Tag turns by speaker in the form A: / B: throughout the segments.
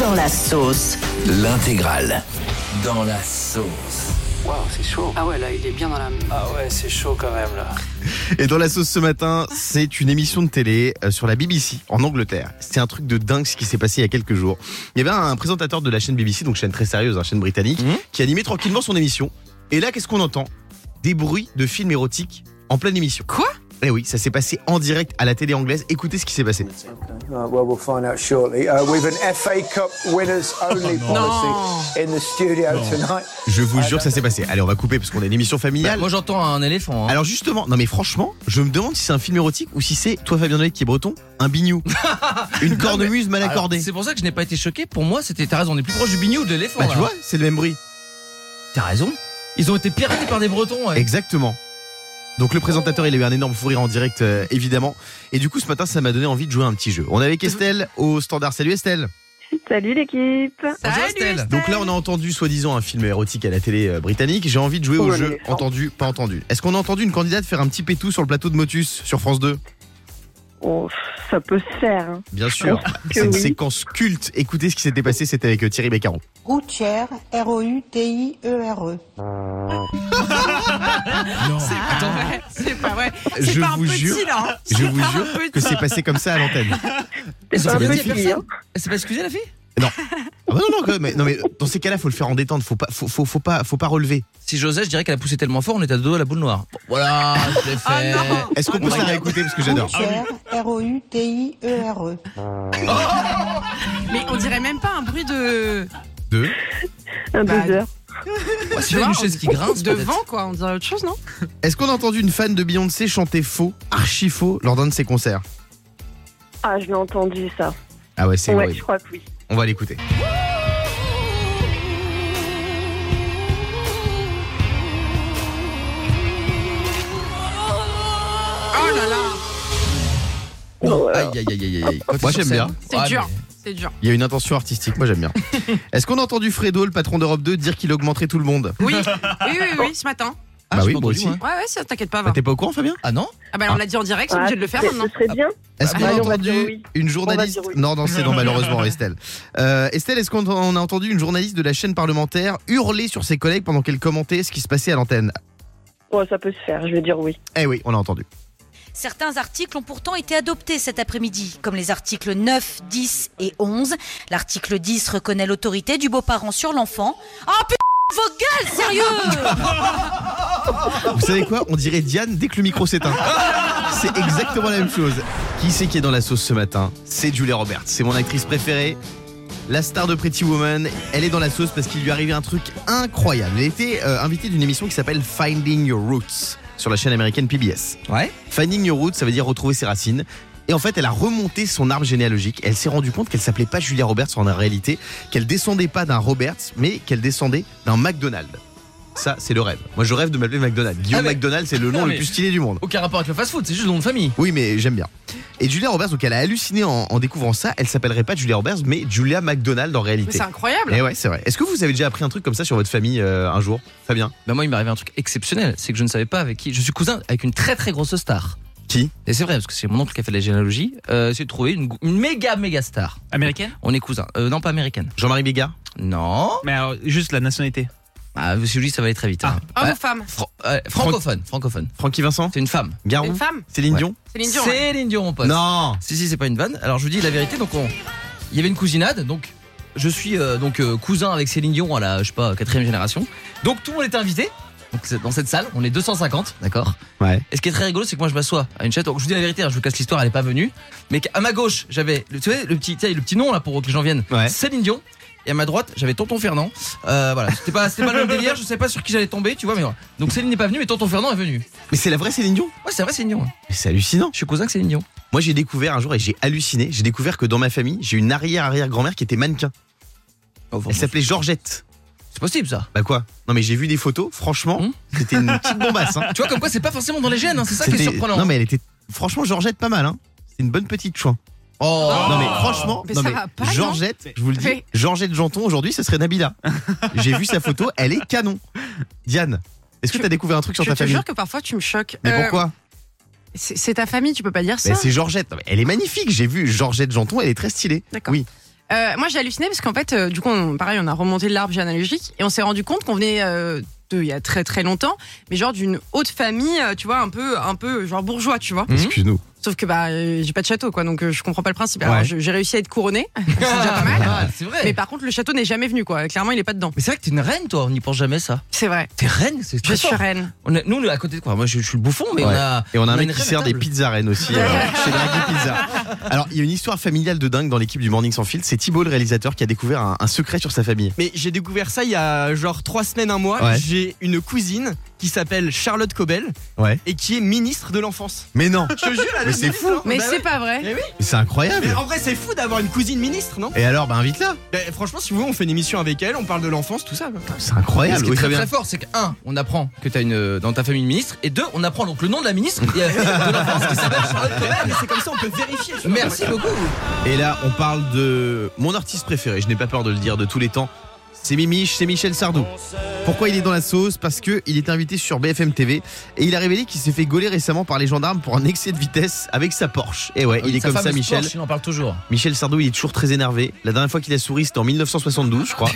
A: Dans la sauce.
B: L'intégrale. Dans la sauce.
C: Waouh, c'est chaud.
D: Ah ouais, là, il est bien dans la.
C: Ah ouais, c'est chaud quand même là.
E: Et dans la sauce ce matin, c'est une émission de télé euh, sur la BBC en Angleterre. C'était un truc de dingue ce qui s'est passé il y a quelques jours. Il y avait un présentateur de la chaîne BBC, donc chaîne très sérieuse, hein, chaîne britannique,
F: Mhm.
E: qui animait tranquillement son émission. Et là, qu'est-ce qu'on entend Des bruits de films érotiques en pleine émission.
D: Quoi
E: Eh oui, ça s'est passé en direct à la télé anglaise. Écoutez ce qui s'est passé.
G: Uh, well, we'll find out shortly. Uh, we've an FA Cup winners only
E: Oh,
G: policy in the studio tonight.
E: Je vous jure que ça s'est passé. Allez, on va couper parce qu'on a une émission familiale.
F: Ah, Bah, Moi j'entends un éléphant. hein.
E: Alors justement, non mais franchement, je me demande si c'est un film érotique ou si c'est toi Fabien Noël qui est breton, un bignou, une cornemuse mal
F: Alors,
E: accordée.
F: Ah, C'est pour ça que je n'ai pas été choqué. Pour moi, c'était. T'as raison, on est plus proche du bignou ou de l'éléphant.
E: bah tu
F: là.
E: vois, c'est le même bruit.
F: T'as raison. Ils ont été piratés par des Bretons. ouais.
E: Exactement. Donc le présentateur, il a eu un énorme fou rire en direct, euh, évidemment. Et du coup, ce matin, ça m'a donné envie de jouer à un petit jeu. On est avec Estelle au standard. Salut Estelle.
H: Salut l'équipe.
F: Bonjour Estelle.
E: Donc là, on a entendu soi-disant un film érotique à la télé euh, britannique. J'ai envie de jouer au
H: Ouh,
E: jeu
H: l'éléphant.
E: entendu, pas entendu. Est-ce qu'on a entendu une candidate faire un petit pétou sur le plateau de Motus sur France 2
H: Oh, ça peut se faire. hein.
E: Bien sûr. C'est une
H: oui.
E: séquence culte. Écoutez ce qui s'était passé. C'était avec euh, Thierry Beccaro.
I: Routière, R-O-U-T-I-E-R-E.
D: Attends, c'est pas vrai.
E: Je
D: C'est pas un
E: vous
D: petit
E: jure.
D: là. hein.
E: Je vous
D: pas
E: jure
D: un petit.
E: que c'est passé comme ça à l'antenne.
H: C'est
F: Ça
H: pas un
F: veut dire
H: petit,
F: personne.
H: hein.
F: Elle s'est pas excusée la fille
E: Ah bah non, non, quand même, mais, non, mais dans ces cas-là, faut le faire en détente. Faut pas, faut, faut, faut pas, faut pas relever.
F: Si j'osais, je dirais qu'elle a poussé tellement fort, on était à deux à la boule noire. Bon, voilà, je l'ai fait.
D: Ah non
E: Est-ce qu'on peut se la réécouter parce que j'adore.
D: Ah
I: Routière, R-O-U-T-I-E-R-E.
D: Mais on dirait même pas un bruit de.
E: Deux.
H: Un
D: Bah,
H: buzzer.
F: Ouais, c'est
D: Tu vois,
F: une chaise qui grince.
D: De
F: peut-être.
D: vent, quoi. On dirait autre chose, non
E: Est-ce qu'on a entendu une fan de Beyoncé chanter faux, archi faux, lors d'un de ses concerts
H: Ah, je l'ai entendu ça.
E: Ah ouais, c'est
H: Ouais,
E: horrible.
H: je crois que oui.
E: On va l'écouter.
D: Oh là là
H: Ouais.
F: Aïe, aïe, aïe, aïe, aïe. Quand
E: Moi,
F: t'es sur
E: j'aime bien.
F: scène.
D: C'est
F: Ouais,
D: dur.
F: mais-
D: C'est dur.
E: Ah, Il y a une intention artistique, moi j'aime bien. Est-ce qu'on a entendu Fredo, le patron d'Europe 2, dire qu'il augmenterait tout le monde
D: Oui, oui, oui, oui, ce matin.
F: Ah,
E: Bah
F: j'ai
E: oui,
F: pas
E: moi
F: entendu,
E: aussi.
F: moi.
D: Ouais, ouais, ça t'inquiète pas.
E: Bah,
D: va.
E: T'es pas au courant, Fabien
F: Ah non
D: Ah bah là, on l'a dit en direct, c'est
H: Ah,
D: obligé de le faire
H: ce-
D: maintenant.
H: Ce serait bien.
E: Est-ce qu'on
H: Allez,
E: a
H: on va
E: entendu
H: dire oui.
E: une journaliste
H: dire oui.
E: Non, non, c'est non, malheureusement, Estelle. Euh, Estelle, est-ce qu'on on a entendu une journaliste de la chaîne parlementaire hurler sur ses collègues pendant qu'elle commentait ce qui se passait à l'antenne
H: Ouais, ça peut se faire, je vais dire oui.
E: Eh oui, on l'a entendu.
J: Certains articles ont pourtant été adoptés cet après-midi, comme les articles 9, 10 et 11. L'article 10 reconnaît l'autorité du beau-parent sur l'enfant. Ah putain, vos gueules, sérieux
E: Vous savez quoi On dirait Diane dès que le micro s'éteint. C'est exactement la même chose. Qui c'est qui est dans la sauce ce matin C'est Julia Roberts. C'est mon actrice préférée. La star de Pretty Woman, elle est dans la sauce parce qu'il lui est arrivé un truc incroyable. Elle était euh, invitée d'une émission qui s'appelle Finding Your Roots sur la chaîne américaine PBS.
F: Ouais.
E: Finding Your Roots, ça veut dire retrouver ses racines. Et en fait, elle a remonté son arbre généalogique. Elle s'est rendue compte qu'elle s'appelait pas Julia Roberts en réalité, qu'elle descendait pas d'un Roberts, mais qu'elle descendait d'un McDonald's. Ça, c'est le rêve. Moi, je rêve de m'appeler McDonald's. Guillaume
F: Ah, mais-
E: McDonald, c'est le nom
F: Non,
E: le
F: mais-
E: plus stylé du monde.
F: Aucun rapport avec le fast-food, c'est juste le nom de famille.
E: Oui, mais j'aime bien. Et Julia Roberts, donc elle a halluciné en, en découvrant ça. Elle s'appellerait pas Julia Roberts, mais Julia McDonald en
D: Mais
E: réalité.
D: c'est incroyable.
E: Et ouais, c'est vrai. Est-ce que vous avez déjà appris un truc comme ça sur votre famille euh, un jour, Fabien
F: Bah moi, il m'est arrivé un truc exceptionnel, c'est que je ne savais pas avec qui. Je suis cousin avec une très très grosse star.
E: Qui
F: Et c'est vrai parce que c'est mon oncle qui a fait la généalogie. Euh, c'est de trouver une, go- une méga méga star.
K: Américaine
F: On est cousins. Euh, non, pas américaine.
E: Jean-Marie Bigard
F: Non.
K: Mais alors, juste la nationalité. Ah.
F: Ah, si je dis, ça va aller très vite. hein.
D: Homme
F: Ouais.
D: ou femme
F: Fran- euh, francophone, francophone.
E: Francky Vincent
F: C'est une femme.
E: Garou
D: Une femme
E: Céline
F: Euh, Ouais.
E: Dion
D: Céline Dion. ouais.
F: Céline Dion, mon pote.
E: Non
F: Si si, c'est pas une vanne. Alors je vous dis la vérité. Donc on, il y avait une cousinade. Donc je suis euh, donc euh, cousin avec Céline Dion à la je sais pas quatrième génération. Donc tout le monde était invité. Donc c'est dans cette salle, on est 250, d'accord.
E: Ouais.
F: Et ce qui est très rigolo, c'est que moi je m'assois à une chaise. Donc je vous dis la vérité, hein, je vous casse l'histoire, elle est pas venue. Mais à ma gauche, j'avais le, tu sais, le petit, tu sais, le petit nom là pour que les gens viennent.
E: Ouais.
F: Céline Dion. Et à ma droite, j'avais Tonton Fernand. Euh, voilà, c'était pas, c'était pas le même délire. Je sais pas sur qui j'allais tomber, tu vois. Mais voilà. donc Céline n'est pas venue, mais Tonton Fernand est venu.
E: Mais c'est la vraie Céline Dion
F: Ouais, c'est vrai, Céline Dion.
E: Mais C'est hallucinant.
F: Je suis cousin avec Céline Dion.
E: Moi, j'ai découvert un jour et j'ai halluciné. J'ai découvert que dans ma famille, j'ai une arrière-arrière-grand-mère qui était mannequin.
D: Oh,
E: Elle s'appelait Georgette.
F: c'est possible ça.
E: Bah quoi Non, mais j'ai vu des photos. Franchement,
F: Hmm
E: c'était une petite bombasse. hein.
F: Tu vois, comme quoi, c'est pas forcément dans les gènes, hein, c'est ça qui est
E: C'était-
F: surprenant.
E: Non, mais elle était. Franchement, Georgette, pas mal. Hein. C'est une bonne petite chouin.
F: Oh,
E: non, mais franchement,
D: Mais
E: non,
D: ça
E: mais
D: va pas, non
E: Georgette, je vous le dis,
D: Mais-
E: Georgette Janton, aujourd'hui, ce serait Nabila. J'ai vu sa photo, elle est canon. Diane, est-ce que
D: Je-
E: t'as découvert un truc sur
D: Je
E: ta
D: te
E: famille
D: jure que parfois tu me choques.
E: Mais
D: Euh,
E: pourquoi
D: C'est c'est ta famille, tu peux pas dire ça.
E: Mais c'est Georgette. Non, mais Elle est magnifique, j'ai vu. Georgette Janton, elle est très stylée.
D: D'accord.
E: Oui.
D: Euh, moi, j'ai halluciné parce qu'en fait, euh, du coup, on- pareil, on a remonté l'arbre généalogique et on s'est rendu compte qu'on venait euh, de, il y a très très longtemps, mais genre d'une haute famille, euh, tu vois, un peu, un peu genre bourgeois, tu vois.
E: Excuse-nous.
D: Sauf que bah, euh, j'ai pas de château, quoi, donc euh, je comprends pas le principe. Alors,
E: Ouais.
D: je- j'ai réussi à être couronnée, c'est déjà pas mal.
F: Ah, c'est vrai.
D: Mais
F: Mais,
D: par contre, le château n'est jamais venu, quoi. Clairement, il est pas dedans.
F: c'est vrai que t'es une reine, toi. On n'y pense jamais, ça.
D: C'est vrai.
F: T'es reine, c'est
D: Je
F: très
D: suis
F: fort.
D: reine.
F: On est- nous, on est à côté de quoi Moi, je, je suis le bouffon, mais
E: Ouais.
F: on a.
E: Et on a un
F: une
E: mec qui
F: reine à
E: sert des
F: table.
E: pizzas rennes aussi euh, chez Draghi Pizza. Alors, il y a une histoire familiale de dingue dans l'équipe du Morning Sans Filtre. C'est Thibault, le réalisateur, qui a découvert un, un secret sur sa famille.
K: Mais j'ai découvert ça il y a genre trois semaines, un mois.
E: Ouais.
K: J'ai une cousine qui s'appelle Charlotte Cobel
E: Ouais.
K: et qui est ministre de l'enfance.
E: Mais non,
K: Je te jure, elle
E: Mais
K: est
E: c'est
K: ministre,
E: fou.
F: Ah,
K: hein.
D: Mais
K: Bah
D: c'est
K: ouais.
D: pas vrai.
E: mais c'est incroyable.
K: Mais en vrai, c'est fou d'avoir une cousine ministre, non
E: Et alors, bah invite-la.
K: Bah, Franchement, si vous voulez, on fait une émission avec elle, on parle de l'enfance, tout ça. quoi.
E: C'est incroyable.
F: Ce qui est
E: Oui,
F: très,
E: très bien.
F: très fort, c'est que un, on apprend que t'as une euh, dans ta famille une ministre, et deux, on apprend donc le nom de la ministre et, euh, de l'enfance qui s'appelle Charlotte
K: Ouais,
F: Cobel.
K: mais c'est comme ça, on peut vérifier. tu vois.
F: Merci beaucoup.
E: Et là, on parle de mon artiste préféré, je n'ai pas peur de le dire de tous les temps. C'est Mimiche, c'est Michel Sardou. Pourquoi il est dans la sauce Parce que il est invité sur BFM TV et il a révélé qu'il s'est fait gauler récemment par les gendarmes pour un excès de vitesse avec sa Porsche. Et ouais, il
F: Ah
E: est
F: Sa
E: comme
F: femme
E: ça,
F: se
E: Michel.
F: torche, Il en parle toujours.
E: Michel Sardou, il est toujours très énervé. La dernière fois qu'il a souri, c'était en 1972, je crois.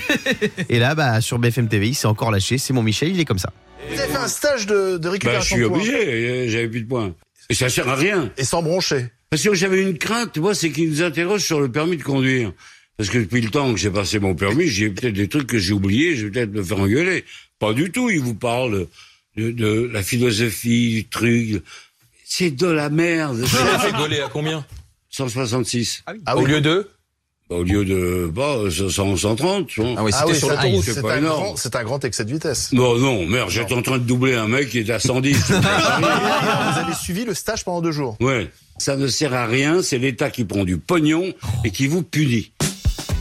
E: et là, bah, sur BFM TV, il s'est encore lâché. C'est mon Michel, il est comme ça.
G: Vous avez fait un stage de, de
K: Bah,
G: récupération de points.
K: obligé, euh, j'avais plus de points. Et ça sert à rien.
G: Et sans broncher.
K: Parce que j'avais une crainte, moi, c'est qu'ils nous interrogent sur le permis de conduire. Parce que depuis le temps que j'ai passé mon permis, j'ai peut-être des trucs que j'ai oubliés, je vais peut-être me faire engueuler. Pas du tout, ils vous parlent de, de la philosophie, du truc. C'est de la merde.
C: fait gauler à combien
K: 166.
G: Ah oui.
C: lieu de
K: Bah, au lieu de bah, 100, 130, tu vois.
C: Ah oui,
G: Ah oui, c'est-
C: l'autoroute.
G: c'est
K: c'est pas
G: un,
K: énorme.
G: grand- c'est un grand excès de vitesse.
K: Non, non, merde, j'étais en train de doubler un mec qui est à 110.
G: Vous avez suivi le stage pendant deux jours.
K: ouais. Ça ne sert à rien, c'est l'État qui prend du pognon et qui vous punit.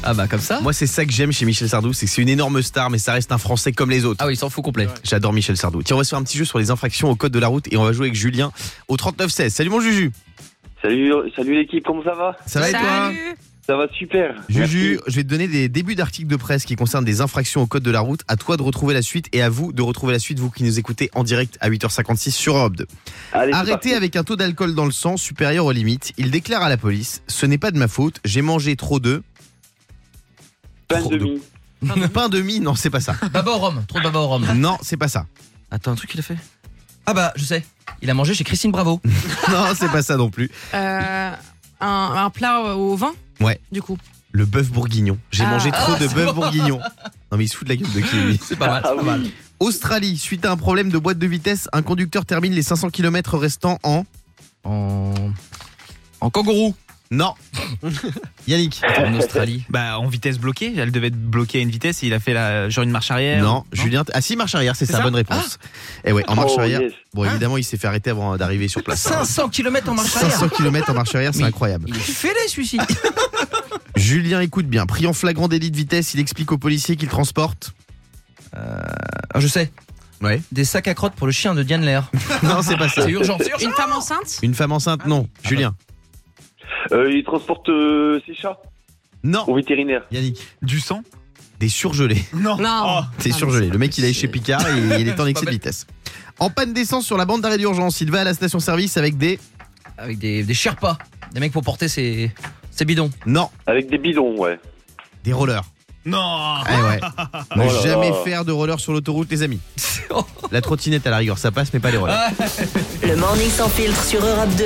F: Ah bah comme ça.
E: Moi, c'est ça que j'aime chez Michel Sardou, c'est que c'est une énorme star, mais ça reste un Français comme les autres.
F: Ah oui, il s'en fout complet.
E: J'adore Michel Sardou. Tiens, on va se faire un petit jeu sur les infractions au code de la route et on va jouer avec Julien au 3916. Salut mon Juju.
C: Salut, salut l'équipe, comment ça va
E: Ça va et toi
D: Salut.
C: Ça va super.
E: Juju, je vais te donner des débuts d'articles de presse qui concernent des infractions au code de la route. À toi de retrouver la suite et à vous de retrouver la suite, vous qui nous écoutez en direct à 8h56 sur Europe 2.
C: Allez, c'est
E: Arrêté
C: parti.
E: avec un taux d'alcool dans le sang supérieur aux limites, il déclare à la police Ce n'est pas de ma faute, j'ai mangé trop de.
C: Pain de
E: trop
C: mie.
E: Pain de mie, non, c'est pas ça.
F: Baba au rhum, trop de baba au rhum.
E: Non, c'est pas ça.
F: Attends, un truc qu'il a fait Ah bah, je sais. Il a mangé chez Christine Bravo.
E: Non, c'est pas ça non plus.
D: Euh, un, un plat au vin
E: Ouais.
D: Du coup.
E: Le bœuf bourguignon. J'ai
D: Ah.
E: mangé trop
F: Ah,
E: de
F: c'est
E: bœuf
F: bon.
E: bourguignon. Non, mais il se fout de la gueule de qui lui
F: C'est pas mal, c'est
C: Ah
F: pas mal.
C: oui.
E: Australie, suite à un problème de boîte de vitesse, un conducteur termine les 500 km restants en.
F: En... en kangourou.
E: Non Yannick
F: En Australie.
K: Bah, en vitesse bloquée, elle devait être bloquée à une vitesse et il a fait la, genre une marche arrière.
E: Non, Julien. Ah si, marche arrière, c'est sa
K: ça
E: bonne réponse. Et ouais, en marche
C: Oh,
E: arrière.
C: yes.
E: Bon, évidemment, il s'est fait arrêter avant d'arriver sur place.
F: 500 km en marche arrière.
E: 500 km en marche arrière, c'est
F: Mais-
E: incroyable.
F: Il est fêlé celui-ci.
E: Julien écoute bien. Pris en flagrant délit de vitesse, il explique aux policiers qu'il transporte.
F: Ah, je sais.
E: Ouais.
F: Des sacs à crottes pour le chien de Diane Lair.
E: Non, c'est pas ça.
F: C'est urgent. c'est urgent.
D: Une femme enceinte
E: Une femme enceinte, non. Julien.
C: Euh, il transporte euh, ses chats
E: Non.
C: au vétérinaire.
E: Yannick.
K: Du sang
E: Des surgelés.
D: Non.
E: C'est
D: Ah,
E: surgelé. Le mec, il est
F: c'est-
E: chez Picard et il est en excès de
F: bête.
E: vitesse. En panne d'essence sur la bande d'arrêt d'urgence, il va à la station-service avec des.
F: Avec des, des sherpas. Des mecs pour porter ses, ses bidons.
E: Non.
C: Avec des bidons, ouais.
E: Des rollers.
K: Non
E: Eh ouais. Ne
C: Oh là
E: jamais
C: là.
E: faire de roller sur l'autoroute, les amis. La trottinette à la rigueur, ça passe, mais pas les rollers.
A: Le Morning Sans Filtre sur Europe 2.